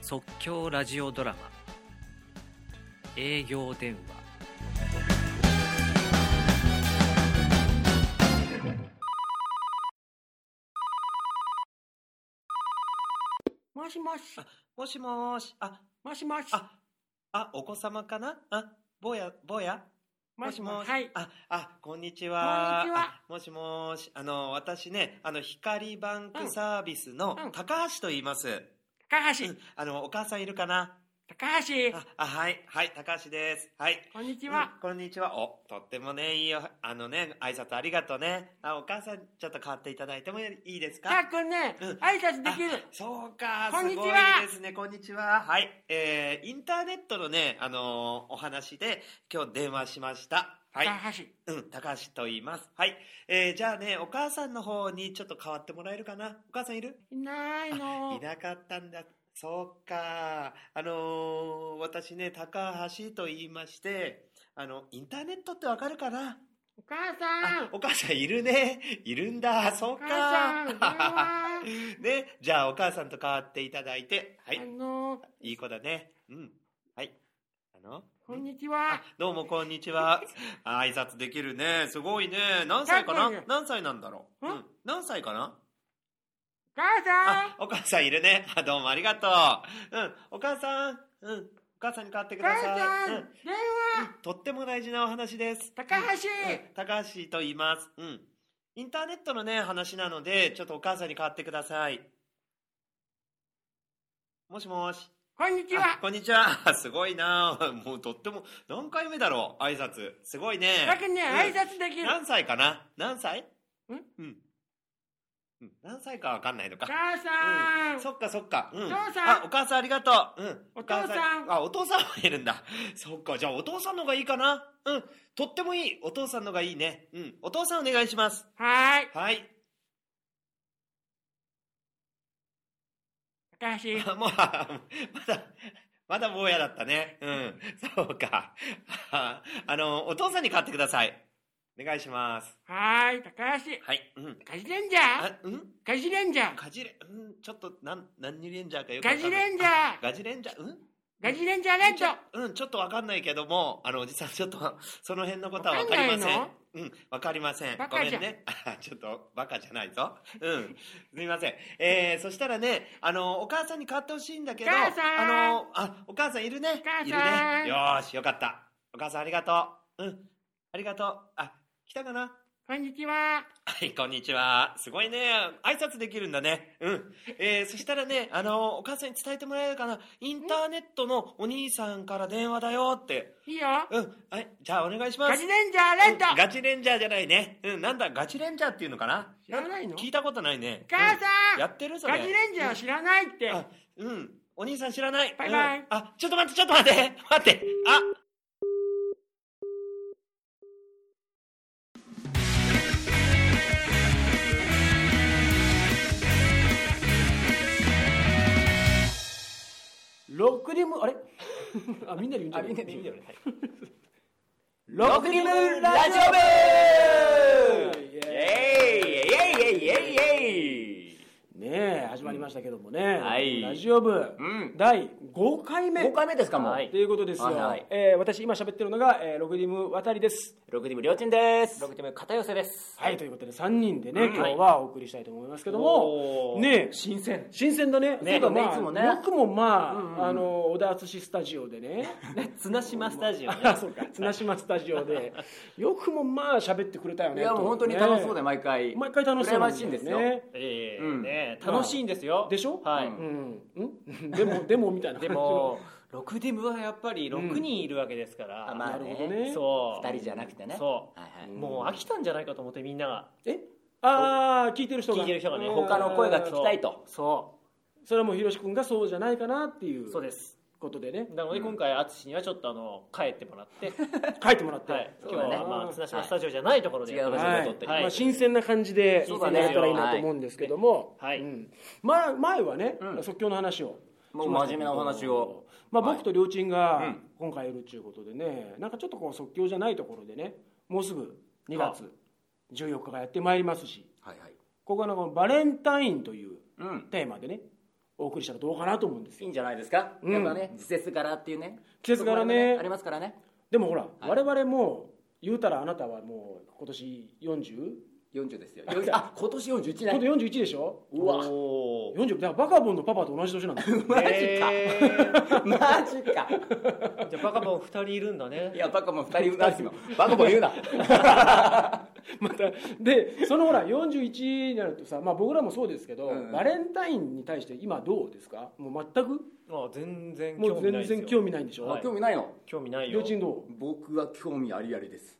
即興ラジオドラマ営業電話もしもし、もしもーし、あ、もしもし、あ、あ、お子様かなあ、坊や、坊やもしもーし。はい、あ、あ、こんにちは。こんにちはあもしもーし。あの、私ね、あの、光バンクサービスのうんうん高橋と言います。高橋う、んあの、お母さんいるかな高あ橋、あ、はい、はい、高橋です。はい。こんにちうはん。こんにちは。お、とってもね、いいよ。あのね、挨拶ありがとうね。あ、お母さん、ちょっと変わっていただいてもいいですかたっくんねうん、挨拶できる。そうか、こんにすちごいはですね、こんにちは。はい、えー、インターネットのね、あのーお話で、今日電話しました。はい、高橋、うん、高橋と言います。はい、えー、じゃあね、お母さんの方にちょっと変わってもらえるかなお母さんいるいないのい。なかったんだ。そうか、あのー私ね、高橋と言いまして、あの、インターネットってわかるかなお母あさん、お母さんいるね。いるんだ。そうおか。母さん、これは ね、じゃあお母さんと代わっていただいて、はあい、の、いい子だね。うん。はい。あの、こんちにちは。どうもこんにちは。あ挨拶できるね。すごいね。何歳かかっなこいいね何歳なんだろう。うんん。何歳かなお母さんあ、、お母さんいるね。あどうもありがとう。うん。お母さん、うん。お母さんに代わっておくだ母ささい。んうん。、電とっても大事なお話です。高橋うんうん高橋と言います。うん。インターネットのね、話なので、ちょっとお母さんに代わってください。もしもし。話、こんにちあは。こんにちは。 すごいな。もうとっても、何回目だろう、挨拶。すごいね。たっくんね、うん挨拶できる。何歳かな何歳んんうん。うん何歳かわかんないのおか。母さん、そっかそっか。うん。お父さんあ、お母さんありがとう。うん。お父さんお母あ、お父さんもいるんだ。 そっか。じゃあお父さんのがいいかなうん。とってもいい。お父さんのがいいね。うん。お父さんお願いします。はーい、はい。高橋、あもう、あまだ、まだ坊やだったね。うん。そうか。ああの、お父さんに買ってください。お願いします。はーい、高橋、はい。うん。ガジレンジャー、あ、うんガジレンジャー、ガジレ、うん、ちょっと、なん、何レンジャーかよくわガかんジない。レンジャー、ガジレンジャー、うんガジレンジャーレッド。うん、ちょっとわかんないけども、あの、おじさん、ちょっと、その辺のことはわかりわかまんせないん。うん、わかりません。バごカめじゃんんね。 あちょっと、バカじゃないぞ。うん、すみません。えー、そしたらね、あの、お母さんに買ってほしいんだけど、お母さんあの、あ、お母さんいるね。お母さんいるね。よーし、よかった。お母さんありがとう。うん、ありがとう。あ、来たかなこんにちは。はい、こんにちは。すごいね。挨拶できるんだね。うん。えー、そしたらね、あの、お母さんに伝えてもらえるかな。インターネットのお兄さんから電話だよって。いいよ。うん。はい、じゃあお願いします。ガジレンジャーレッド。うんガチレンジャーじゃないね。うん、なんだ、ガチレンジャーっていうのかな知らないの聞いたことないね。お母うんやさってるそん、れ。ガジレンジャー知らないって。あ、うん。お兄さん知らない。バイバイうんあ、ちょっと待って、ちょっと待って。待って。あロックリム、あれ あ、みんなで見てる。 ロックリムラジオ部イイエイイエイイエイイエイイエイねえ、始まりましたけどもね。はいラジオ部、ん第5回目。 5回目ですかもう、ということですよ。はいはいえー私、今喋ってるのが、えーロックリム渡りです。ロクティムりょうちんですロクティム片寄せですはい、ということで3人でね、今日はお送りしたいと思いますけども、おーねえ、新鮮新鮮だね。ねそうだねまあいつもねよくもまあ、あの、小田敦スタジオ でね。綱島スタジオね あ、そうか、綱島スタジオで、よくもまあ喋ってくれたよいね。やもう本当に楽しそうで毎回毎回楽しそう羨なましいんですよ、ええうんねえ楽しいんですよでしょはいうん、うん、でもでもみたいな感じでも、ロクディムはやっぱり6人いるわけですから、あまあねなるほどねそう2人じゃなくてねそうはいはい、もう飽きたんじゃないかと思ってみんながえああ聞いてる人が聞いてる人がねうん他の声が聞きたいとそそれはもうひろし君がそうじゃないかなっていううそうですことでねなので今回淳にはちょっとあの帰ってもらって 書いてもらって、はい、そ今う日だねはまあ綱島スタジオじゃないところで違う場所はいで撮ってる、はいまあ、新鮮な感じでそうやだれねたらいいなと思うんですけども、はいうんまあ、前はね、うん即興の話をもう真面目なお話をまあ、はい僕と両親がうん今回いるっていうことでね、なんかちょっとこう即興じゃないところでねもうすぐ2月14日がやってまいりますしはいはいここはあのバレンタインといううんテーマでねお送りしたらどうかなと思うんですいよいんじゃないですか、うんやっぱね季節柄っていうね季節そこら柄ね辺もありますからねでもほら、我々も言うたらあなたはもう今年 40? 40ですよ40あ今年41今年度41でしょうわおー40だからバカボンのパパと同じ年なんだよマジか、え マジかじゃあバカボン2人いるんだねいやバカも2人いますよ バカも言うなまたでそのほら41になるとさ、まあ、僕らもそうですけど、うんバレンタインに対して今どうですかもう全くあ全然も興う味ないで全すよ然興味ないんでしょ、あ興味ないの興味ない幼よ稚園どう僕は興味ありありです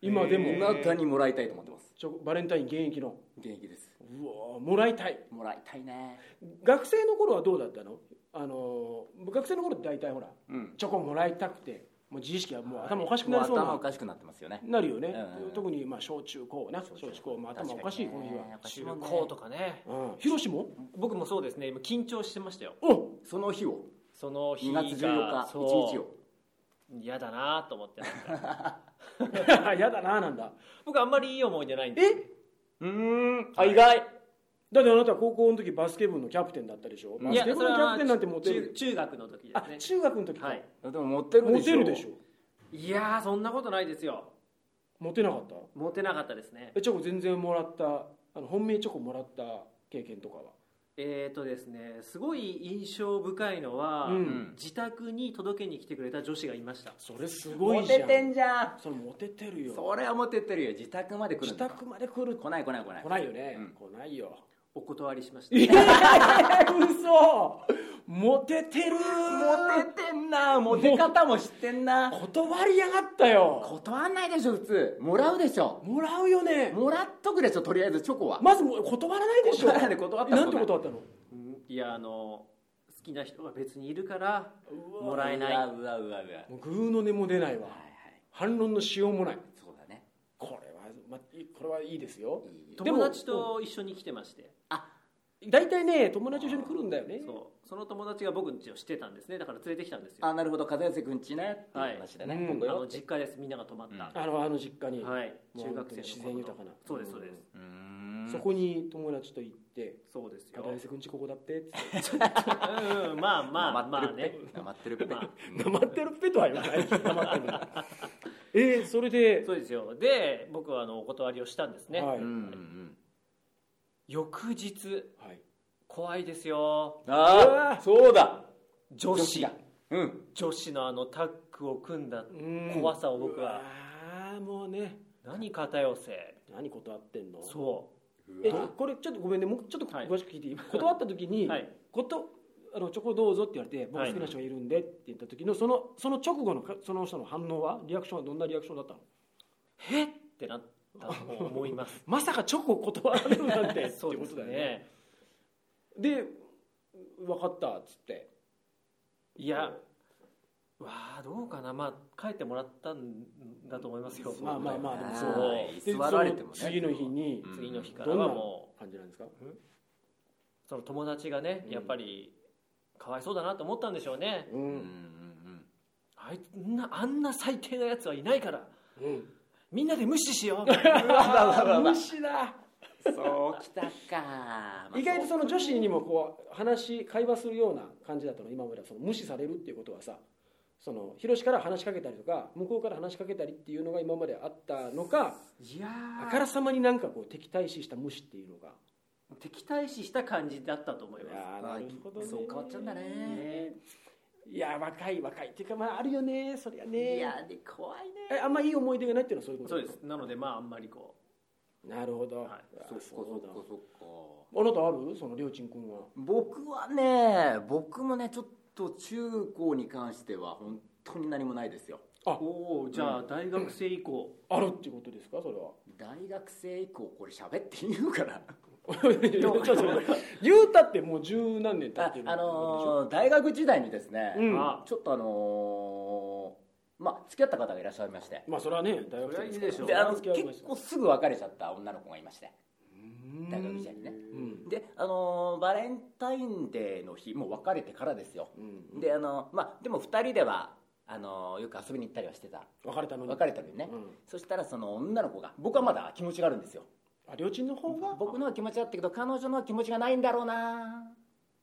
今でもへーあなたにもらいたいと思ってますちょバレンタイン現役の現役ですうわーもらいたいもらいたいね学生の頃はどうだったのあのー学生の頃って大体ほらうんチョコもらいたくてもう自意識はもう頭おかしくもなうりそう頭なおかしくなってますよねなるよね、うん特にまあ小中高な小中高も頭おかしい、この日は中高とかねうん広志も僕もそうですね今緊張してましたよおその日をその日2が月14日そう1日を嫌だなと思ってなんか やだななんだ僕あんまりいい思い出ないんでえうーんあ意外だってあなた高校の時バスケ部のキャプテンだったでしょバいスやケ部のキャプテンなんてモテ中る中学の時であすね中学の時か、はいでも持ってるモでしテょるでしょいやーそんなことないですよモテなかったモテなかったですねえチョコ全然もらったあの本命チョコもらった経験とかはえーとですねすごい印象深いのは、うん自宅に届けに来てくれた女子がいましたそれすごモいじゃんテてんじゃんそれモテてるよそれはモテてるよ自宅まで来る自んだ宅まで来る来ない来ない来ない来ないよね、うん来ないよお断りしましええた嘘モテてるモテてんなモテ方も知ってんな断りやがったよ断んないでしょ普通もらうでしょもらうよねもらっとくでしょとりあえずチョコはまずもう断らないでしょ断らない断ったなことないんて断ったのいやあの好きな人が別にいるからもらえうなわいうわうわうわもうグーの根も出ないわ反論のしようもないそうだねこれは、ま、いこれはいいですよいいでも友達と一緒に来てまして大体ね友達と一緒に来るんだよねそうその友達が僕ん家を知ってたんですねだから連れてきたんですよあなるほど風邪君ちねっていう話だね、はい今度あのよ実家ですみんなが泊まった、あのあの実家に、はいもう中学生の頃の自然豊かなそうですそうです、うーんそこに友達と行ってそうです「あよ大瀬くんちここだって」っつってうんうんまあまあまあね黙って るっぺまあ黙ってるペとは言わ ない黙ってるえー、それでそうですよで僕はあのお断りをしたんですね、はい、うんうんうん翌日はい、怖いですよああそうだ女子女子うんのあのタッグを組んだうん怖さを僕はああもうね何片寄せ何断ってんのそえこれちょっとごめんねもうちょっとはい詳しく聞いていい、断った時に、はいことあのチョコどうぞって言われて僕はい好きな人がいるんでって言った時のそのその直後のかその人の反応はリアクションはどんなリアクションだったのうえってなったと思いますまさかチョコを断られる なんて そうってでこすとだよねねで分かったっつっていやわあどうかなまあ帰ってもらったんだと思いますよまあまあまあでもそうはいで座られてもねその次の日に、うん次の日からどんはなも感じなんですかうその友達がねやっぱりかわいそうだなと思ったんでしょうねうんうんうんうんあいつんなあんな最低なやつはいないからうんみんなで無視し ようあ無視だそうきたか、まあ意外とその女子にもこう話会話するような感じだったの今まではその無視されるっていうことはさその広志から話しかけたりとか向こうから話しかけたりっていうのが今まであったのかいやあーからさまになんかこう敵対視した無視っていうのが敵対視した感じだったと思いますやーなるほどねそう変わっちゃうんだねいや若い若いっていうかまああるよねそりゃねいやで怖いねえあんまいい思い出がないっていうのはそういうことそうですなのでまああんまりこなるほど、はあそっかそっうかだそっかあなたあるそのりょうちんくんは僕はね僕もねちょっと中高に関しては本当に何もないですようおおじゃあ大学生以降、あるっていうことですかそれは大学生以降これ喋っていいのかな ちょっと待って 言うたってもう十何年経っあてるあのー大学時代にですね、うんあちょっとあのーまあ付き合った方がいらっしゃいましてまあそれはね大学生からそれであの付き合いま結した構すぐ別れちゃった女の子がいまして大学時代にねうんであのーバレンタインデーの日もう別れてからですよ、うんであのーまあでも2人ではあのーよく遊びに行ったりはしてた別れたのに別れたのにね、うんそしたらその女の子が僕はまだ気持ちがあるんですよありょうちんの方が僕のは気持ちだったけど彼女のは気持ちがないんだろうな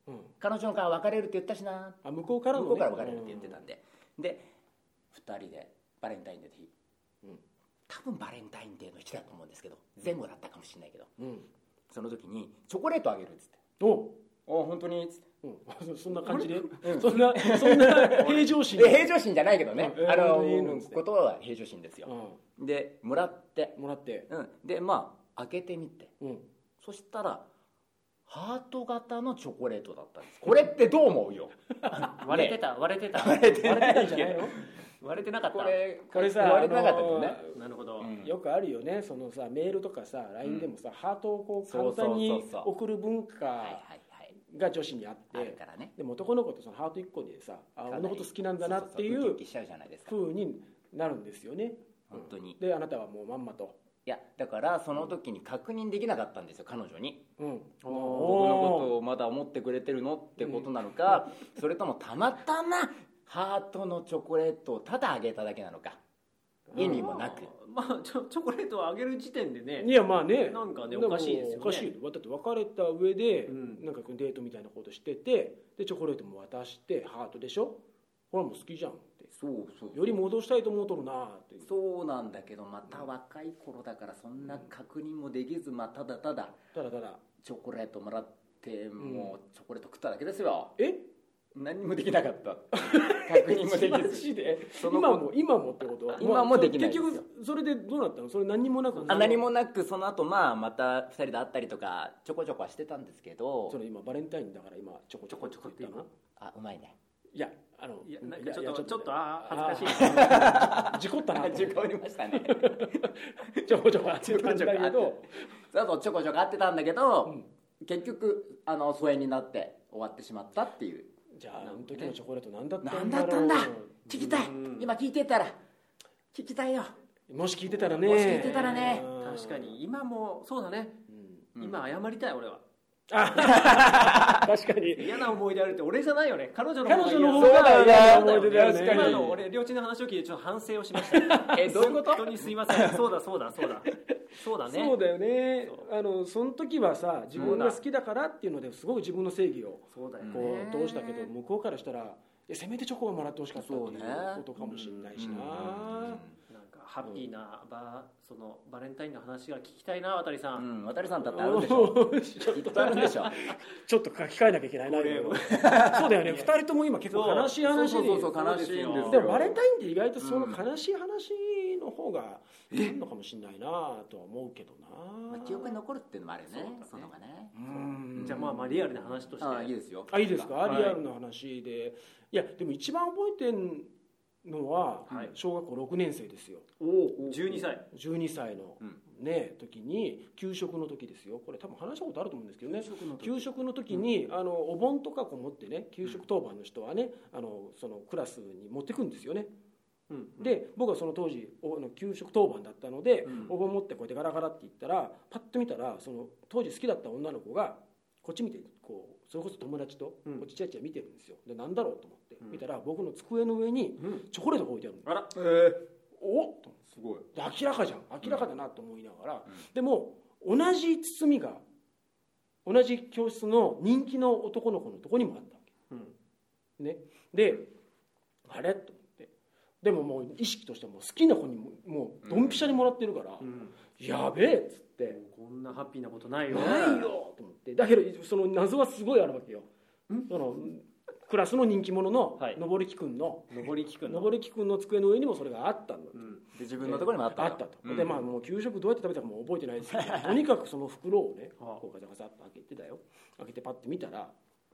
ううん彼女から別れるって言ったしなあ向こうからの、向ね、こうから別れるって言ってたんで、で2人でバレンタインデーの日、うん多分バレンタインデーの日だと思うんですけど前後だったかもしれないけどうん、うんその時にチョコレートあげるっつってお「お本当に」っつってうん、 そんな感じで、んそんなそ んな平常心で平常心じゃないけどね、うんあの、えーうんことは平常心ですよ、でもらってうん、もらって、うんでまあ開けてみてうん、そしたらハート型のチョコレートだったんですこれってどう思うよ 割れてた割れてた割れて割れなてたんいじゃなけいどの割れてなかったこれこれさ割れてなかったよね、あなるほど、うんよくあるよねそのさメールとかさ LINE でもさ、ハートをこう簡単そうにそうそうそう送る文はい化はいはいが女子にあってあるからねでも男の子ってそのハート1個でさあかなり俺のこと好きなんだなっていそそそうウキウキしちゃうじゃないですか風になるんですよね本当にいであなたはもうまんまと、やだからその時に確認できなかったんですよ彼女にうん、僕のことをまだ思ってくれてるのってことなのか、それともたまたまハートのチョコレートをただあげただけなのか意味もなく、まあちょチョコレートをあげる時点でねいやまあねなんかねもおかしいですよねおかしいよだって別れた上で、うんなんかデートみたいなことしててでチョコレートも渡してハートでしょほらもう好きじゃんってそうそうそうより戻したいと思うとるなっていうそうなんだけどまた若い頃だからそんな確認もできず、まあ、ただただただただチョコレートもらってもうチョコレート食っただけですよ、え何もできなかった 確認もでマきずジでその今子も今もってこと今もできないです結よ局それでどうなったのそれ何もなくあ何もなくその後まあまた2人で会ったりとかちょこちょこはしてたんですけどその今バレンタインだから今ちょこちょこちょこちょこって言ったのあうまいねいやあのいやなんかちょっといやいやちょっとあー恥ずかしいあー 事故ったなと思っ味て変わりました ねちょこちょこあってたんだけどあとちょこちょこ会ってたんだけど、うん結局あの疎遠になって終わってしまったっていうじゃああの時のチョコレート何だった何んだっだろうたんだ聞きたい今聞いてたら聞きたいよもし聞いてたらねもし聞いてたらねうん確かに今もそうだね、うん今謝りたい俺は 確かに嫌な思い出あるって俺じゃないよね彼女の彼方が嫌女だの方そうだよねが思い出だよ確ねかに今の俺両親の話を聞いてちょっと反省をしましたえどういうこと本当にすいませんそうだそうだそうだそうだねそうだよねそあのその時はさ自分が好きだからっていうのですごい自分の正義をそうだよこう通したけど向こうからしたらいやせめてチョコはもらってほしかったっていうそうねことかもしれないしななんかハッピーなバーそのバレンタインの話が聞きたいな渡さ、うんん渡さんだってあるでしょおーきっとあるでしょちょっと書き換えなきゃいけないな俺いろいろそうだよ ね2人とも今結構悲しい話にそうそうそうそう悲しいんですよでもバレンタインって意外とその悲しい話の方があるのかもしれないなとは思うけどまあな記憶に残るっていうのもあるよねそそうだねのがねうんじゃあまあまあリアルな話としてああいいですよあいいですか、はいリアルな話でいやでも一番覚えてんのははい小学校6年生ですよおお12歳12歳のうん、ね、時に給食の時ですよこれ多分話したことあると思うんですけどね食の給食の時に、あのお盆とかこう持ってね給食当番の人はね、あのそのクラスに持ってくんですよね、うんで僕はその当時おあの給食当番だったので、うんお盆持ってこうやってガラガラって言ったらパッと見たらその当時好きだった女の子がこっち見てこうそれこそ友達とこうんっちちゃちゃ見てるんですよでなんだろうと思うって、ん見たら僕の机の上にうんチョコレートが置いてあるのあらえー、おっとすごいで明らかじゃん明らかだなと思いながら、うんでも同じ包みが同じ教室の人気の男の子のとこにもあったわうんけ、ね、であれと思ってでももう意識としてはもう好きな子にももうドンピシャでもらってるから、うんやべえっつってもうこんなハッピーなことないよないよと思ってだけどその謎はすごいあるわけよそのクラスの人気者のはいのぼりきくんの上りきくんののぼりきくんの机の上にもそれがあったんだうんで自分のところにもあったあよったと、うんでまあもう給食どうやって食べたかもう覚えてないですけどとにかくその袋をねはあこうガチャガチャっと開けてだよ開けてパッて見たら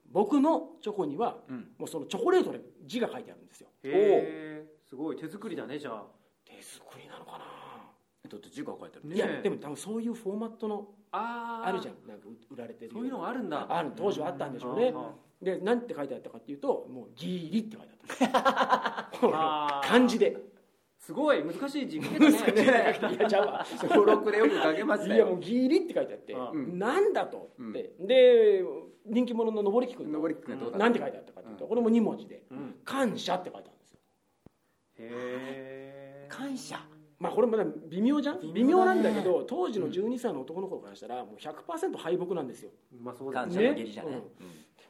僕のチョコにはうんもうそのチョコレートで字が書いてあるんですよへえすごい手作りだねじゃあ手作りなのかな、だって字が書いてあるねいやでも多分そういうフォーマットのあーあるじゃんなんか売られてるそういうのがあるんだある当時はあったんでしょうねうんあでなんて書いてあったかっていうともう「ギリ」って書いてあったこあのー漢字ですごい難しい字書けたねいやちゃうわ小6でよく書けましたいやもよう「ギリ」って書いてあってあうんなんだとうんってで人気者ののぼりきくんの登りくんどうだったなんて書いてあったかというと、これも2文字でうん「感謝」って書いてあるんですよへえ感謝まあこれもね微妙じゃん微微妙だね妙,、なんだけど当時の12歳の男の子からしたらもう100%敗北なんですよまあそうだ感ね謝の義理じゃねねうんで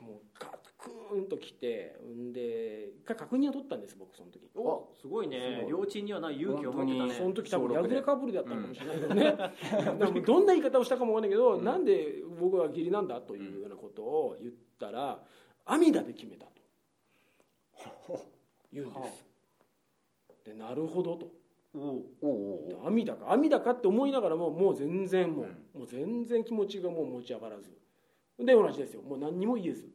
もうガクーンと来てんで一回確認を取ったんです僕その時おすごいすねごい両親にはない勇気を持っ本当てそたねの時多分やぐれかぶりだったのかもしれないけどね、なん かもうどんな言い方をしたかもわかんないけど、うんなんで僕は義理なんだというようなことを言ったら阿弥陀で決めたと言うんです、でなるほどとおうおうおうで阿弥陀か阿弥陀かって思いながらももう全然もう,、うもう全然気持ちがもう持ち上がらずで同じですよもう何にも言えず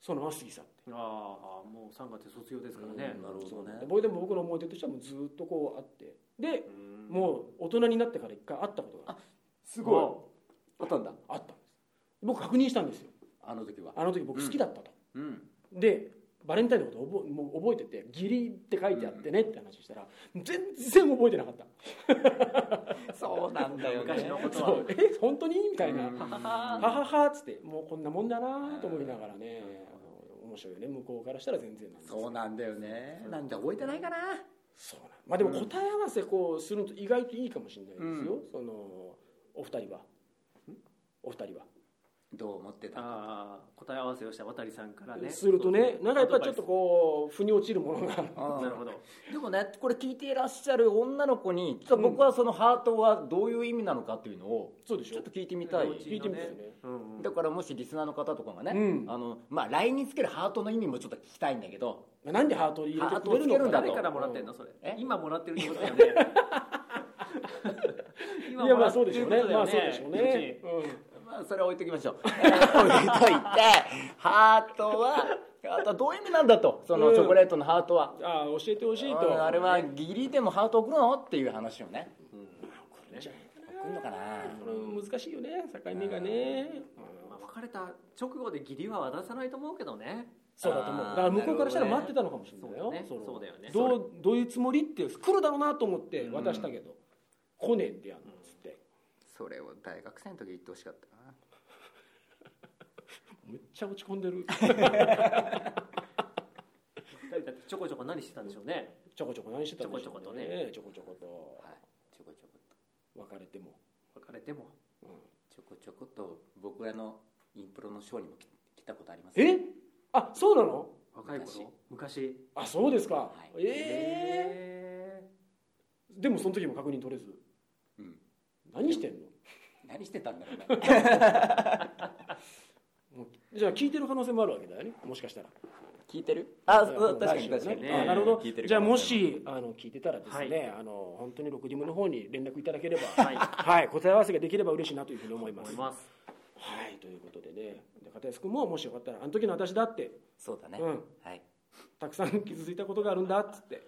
そのまま過ぎ去って。ああもう3月卒業ですからなねるほどねで僕でも僕の思い出としてはもうずっとこうあってでもう大人になってから一回会ったことがすごいあったんだあったんです僕確認したんですよあの時はあの時僕好きだったと、うんでバレンタインのこと覚えもう覚えてて「義理」って書いてあってねって話したら全然覚えてなかったそうなんだよね昔のことそはう え本当にみたいなう「んははは」っつってもうこんなもんだなと思いながらねあの面白いよね向こうからしたら全然なんですそうなんだよねなんじゃ覚えてないかなそうなんまあでも答え合わせこうすると意外といいかもしれないですよ、うそのお二人はお二人は、どう思ってたかああ答え合わせをした渡さんからねするとねなんかやっぱりちょっとうこう腑に落ちるものがあるああなるほどでもねこれ聞いていらっしゃる女の子に実は僕はそのハートはどういう意味なのかっていうのをそうでしちょょっと聞いてみたいうん聞いてみてよねうんうんだからもしリスナーの方とかがね、うんあのまあ LINE につけるハートの意味もちょっと聞きたいんだけどまあなんでハートを入れてくれハるのかートをつけるんだとな誰からもらってんのそれえ今もらってるってことだよね今 いやもらまあってるそうっでしてょうこねとだよまあそうでしょうね、うまあそれは置いときましょう、えー置いといて ハートはハートはどういう意味なんだとそのチョコレートのハートは、ん、ああ教えてほしいうんとあれはギリでもハート送るのっていう話をねこれじゃ送るのかなこれ難しいよね境目がね、うんまあ別れた直後で義理は渡さないと思うけどねそうだと思うあーだから向こうからしたらなるほどね待ってたのかもしれないよそうだねのそうだよねどうどういうつもりって来るだろうなと思って渡したけど、来ねえってやんのっつって、それを大学生の時言ってほしかったな めっちゃ落ち込ん でるだってちょこちょこ何してたんでしょうねちょこちょこ何してたんでしょうちょこちょことねちょこちょことはいちょこちょこと別れても別れてもちょこちょこと僕らのインプロのショーにも来来たことありますえあそうなの若い頃昔あそうですか、はいえええでもその時も確認取れずうん何してんの何してたんだろうね もうじゃあ聞いてる可能性もあるわけだよねもしかしたら聞いてるあいやそう確かにラ確ジオかねに、あなるほど聞いてるじゃあ可能も性しあの聞いてたらですね、あの本当に六時ムの方に連絡いただければはいはい、答え合わせができれば嬉しいなというふうに思いま思すいますはいということでねで片安君ももしよかったらあの時の私だってそうだね、うんはいたくさん傷ついたことがあるんだっつって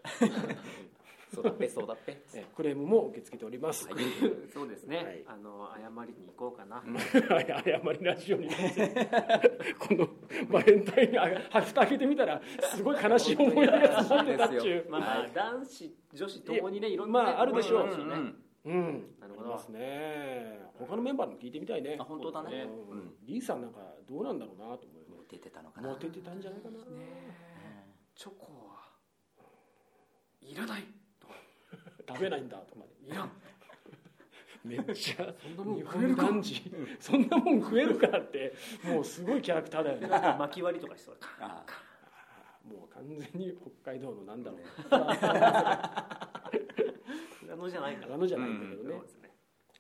そうだっぺそうだっぺえクレームも受け付けております、はい、そうですはねいあの謝りに行こうかな謝りラジオに このバレンタインにあ蓋開けてみたらすごい悲しい思い出が詰まってたっちゅうまあまあ男子女子ともにねいろんなまああるでしょう思いがるしねうんななるほるほどどますね他のメンバーにも聞いてみたいねあ本当だねううんん、リーさんなんかどうなんだろうなと思うよね出てたのかなモテてたんじゃないかなチョコはいらないとか 食べないんだとかねいらんめっちゃそんなもん日食える本か男児そんなもん食えるかってもうすごいキャラクターだよね巻き割りとかしそうだあもう完全に北海道のなんだろう富良野じゃないか長ら野じゃないんだけどね、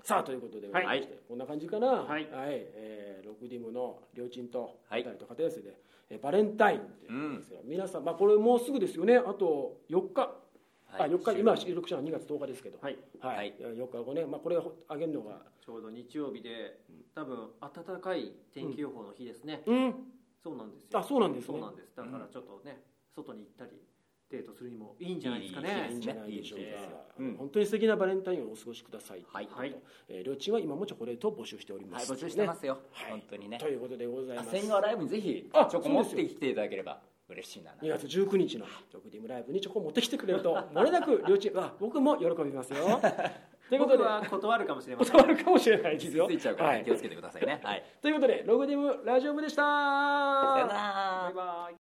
さあということでございまして、こんな感じかなはいえーロクディムの両親とはい二人と片寄せで、えーバレンタインってうんですが皆さん、まあ、これもうすぐですよねあと4日、はいあ4日今収録したのは2月10日ですけどはいはいはい4日後ね、まあ、これあげるのがちょうど日曜日で多分暖かい天気予報の日ですねうんそうなんですよあそうなんですそうねなんですだからちょっとね外に行ったりデートするにもいいんじゃないですかいいねでいいんすじねゃないでしょうかいいですようん本当に素敵なバレンタインをお過ごしください、はいはいえー両親は今もチョコレートを募集しておりまはいす、募集してまねすよ、はい本当にねということでございあます千賀ライブにぜひチあョコ持ってきていただければ嬉しいな2月19日の「ドクディムライブ」にチョコを持ってきてくれ ると漏れなく両チームあ僕も喜びますよということ僕では断るかもしれません断るかもしれないです傷よついちゃうから、はい気をつけてくださいねはいということでログディムラジオ部でしたさよならバイバイ